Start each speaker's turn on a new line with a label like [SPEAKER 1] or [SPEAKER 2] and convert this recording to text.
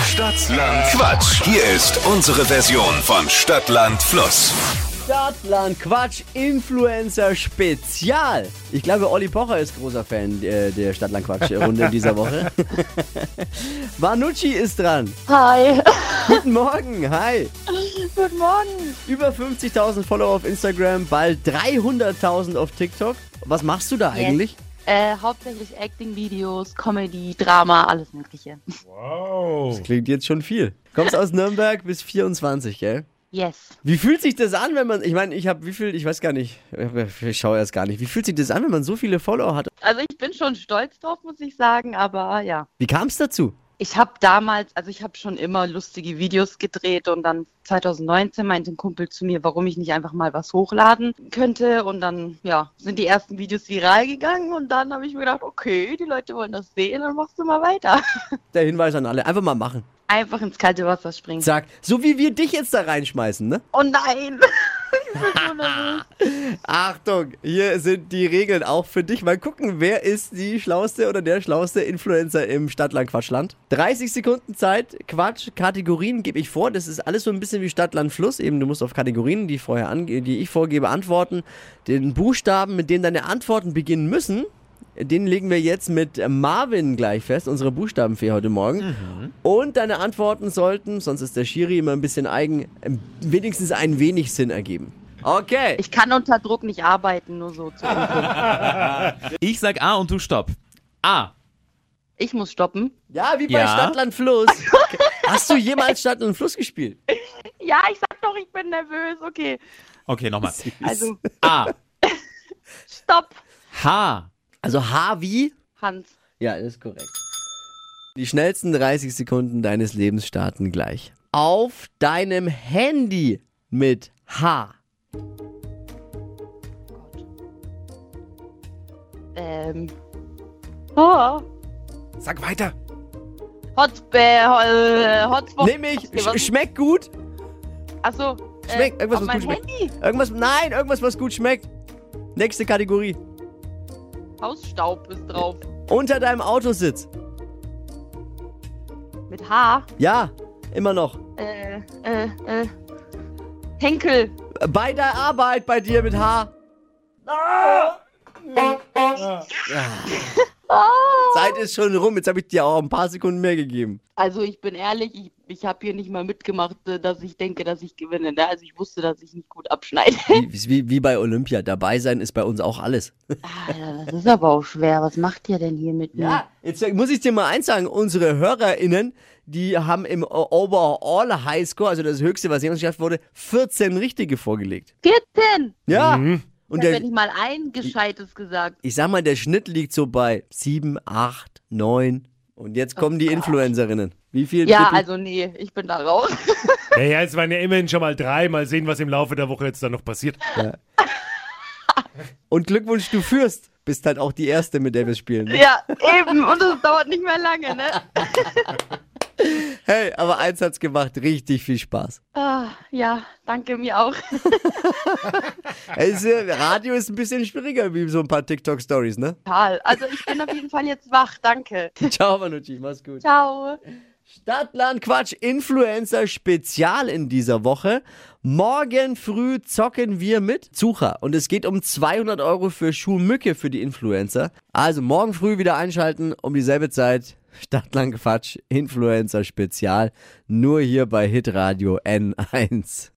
[SPEAKER 1] Stadtland Quatsch. Hier ist unsere Version von Stadtland Fluss.
[SPEAKER 2] Stadtland Quatsch Influencer Spezial. Ich glaube, Olli Pocher ist großer Fan äh, der Stadtland Quatsch Runde dieser Woche. Manucci ist dran.
[SPEAKER 3] Hi,
[SPEAKER 2] Guten Morgen. Hi.
[SPEAKER 3] guten Morgen.
[SPEAKER 2] Über 50.000 Follower auf Instagram, bald 300.000 auf TikTok. Was machst du da eigentlich?
[SPEAKER 3] Äh, hauptsächlich Acting-Videos, Comedy, Drama, alles Mögliche.
[SPEAKER 4] Wow.
[SPEAKER 2] Klingt jetzt schon viel. Kommst aus Nürnberg bis 24, gell?
[SPEAKER 3] Yes.
[SPEAKER 2] Wie fühlt sich das an, wenn man, ich meine, ich habe wie viel, ich weiß gar nicht, ich schaue erst gar nicht. Wie fühlt sich das an, wenn man so viele Follower hat?
[SPEAKER 3] Also ich bin schon stolz drauf, muss ich sagen, aber ja.
[SPEAKER 2] Wie kam es dazu?
[SPEAKER 3] Ich habe damals, also ich habe schon immer lustige Videos gedreht und dann 2019 meinte ein Kumpel zu mir, warum ich nicht einfach mal was hochladen könnte und dann, ja, sind die ersten Videos viral gegangen und dann habe ich mir gedacht, okay, die Leute wollen das sehen, dann machst du mal weiter.
[SPEAKER 2] Der Hinweis an alle, einfach mal machen.
[SPEAKER 3] Einfach ins kalte Wasser springen.
[SPEAKER 2] Zack, so wie wir dich jetzt da reinschmeißen, ne?
[SPEAKER 3] Oh nein! ich bin so nervös.
[SPEAKER 2] Achtung, hier sind die Regeln auch für dich. Mal gucken, wer ist die schlauste oder der schlauste Influencer im Stadtland Quatschland. 30 Sekunden Zeit, Quatsch, Kategorien gebe ich vor. Das ist alles so ein bisschen wie Stadtland Fluss. Eben, du musst auf Kategorien, die, vorher ange die ich vorgebe, antworten. Den Buchstaben, mit denen deine Antworten beginnen müssen, den legen wir jetzt mit Marvin gleich fest, unsere Buchstabenfee heute Morgen. Und deine Antworten sollten, sonst ist der Schiri immer ein bisschen eigen, wenigstens ein wenig Sinn ergeben. Okay.
[SPEAKER 3] Ich kann unter Druck nicht arbeiten, nur so zu
[SPEAKER 5] Ich sag A und du stopp. A.
[SPEAKER 3] Ich muss stoppen.
[SPEAKER 2] Ja, wie bei
[SPEAKER 5] Ja.
[SPEAKER 2] Stadtland Fluss. Hast du jemals Stadtland Fluss gespielt?
[SPEAKER 3] Ja, ich sag doch, ich bin nervös. Okay.
[SPEAKER 5] Okay, nochmal.
[SPEAKER 3] Also,
[SPEAKER 5] A.
[SPEAKER 3] stopp,
[SPEAKER 5] H.
[SPEAKER 2] Also H wie?
[SPEAKER 3] Hans.
[SPEAKER 2] Ja, das ist korrekt. Die schnellsten 30 Sekunden deines Lebens starten gleich. Auf deinem Handy mit H.
[SPEAKER 3] Ähm. Oh,
[SPEAKER 4] Sag weiter.
[SPEAKER 3] Hotspur, äh, Hotspot.
[SPEAKER 2] Nimm ich. Sch
[SPEAKER 3] was-
[SPEAKER 2] schmeckt gut.
[SPEAKER 3] Achso.
[SPEAKER 2] Schmeckt,
[SPEAKER 3] äh,
[SPEAKER 2] irgendwas, was
[SPEAKER 3] auf mein
[SPEAKER 2] gut schmeckt.
[SPEAKER 3] Handy.
[SPEAKER 2] Irgendwas, nein, irgendwas, was gut schmeckt. Nächste Kategorie.
[SPEAKER 3] Hausstaub ist drauf.
[SPEAKER 2] Unter deinem Autositz.
[SPEAKER 3] Mit H.
[SPEAKER 2] Ja, immer noch.
[SPEAKER 3] Äh, äh, äh. Henkel.
[SPEAKER 2] Bei der Arbeit bei dir mit H. Ah.
[SPEAKER 3] Oh.
[SPEAKER 2] Ah. Zeit ist schon rum. Jetzt habe ich dir auch ein paar Sekunden mehr gegeben.
[SPEAKER 3] Also, ich bin ehrlich, ich, ich habe hier nicht mal mitgemacht, äh, dass ich denke, dass ich gewinne. Ne? Also, ich wusste, dass ich nicht gut abschneide.
[SPEAKER 2] Wie, wie, wie bei Olympia. Dabei sein ist bei uns auch alles.
[SPEAKER 3] Alter, das ist aber auch schwer. Was macht ihr denn hier mit mir?
[SPEAKER 2] Ja, jetzt muss ich dir mal eins sagen. Unsere HörerInnen, die haben im Overall Highscore, also das höchste, was jemals geschafft wurde, 14 richtige vorgelegt.
[SPEAKER 3] 14!
[SPEAKER 2] Mhm. Ja. Und
[SPEAKER 3] Und ich
[SPEAKER 2] der,
[SPEAKER 3] nicht mal ein Gescheites gesagt.
[SPEAKER 2] ich sag mal, der Schnitt liegt so bei 7, 8, 9. Und jetzt kommen die Influencerinnen. Wie viel?
[SPEAKER 3] Ja, also nee, ich bin da raus.
[SPEAKER 4] Naja, es waren ja immerhin schon mal drei. Mal sehen, was im Laufe der Woche jetzt dann noch passiert.
[SPEAKER 2] Und Glückwunsch, du führst. Bist halt auch die Erste, mit der wir spielen. ne?
[SPEAKER 3] ja, eben. Und es dauert nicht mehr lange, ne?
[SPEAKER 2] Hey, aber eins hat's gemacht. Richtig viel Spaß.
[SPEAKER 3] Ah, ja, danke mir auch.
[SPEAKER 2] Also, Radio ist ein bisschen schwieriger wie so ein paar TikTok-Stories, ne?
[SPEAKER 3] Total. Also ich bin auf jeden Fall jetzt wach. Danke.
[SPEAKER 2] Ciao, Manucci. Mach's gut.
[SPEAKER 3] Ciao.
[SPEAKER 2] Stadtland Quatsch Influencer Spezial in dieser Woche. Morgen früh zocken wir mit Sucher und es geht um 200 Euro für Schuhmücke für die Influencer. Also morgen früh wieder einschalten um dieselbe Zeit. Stadtland Quatsch Influencer Spezial nur hier bei Hitradio N1.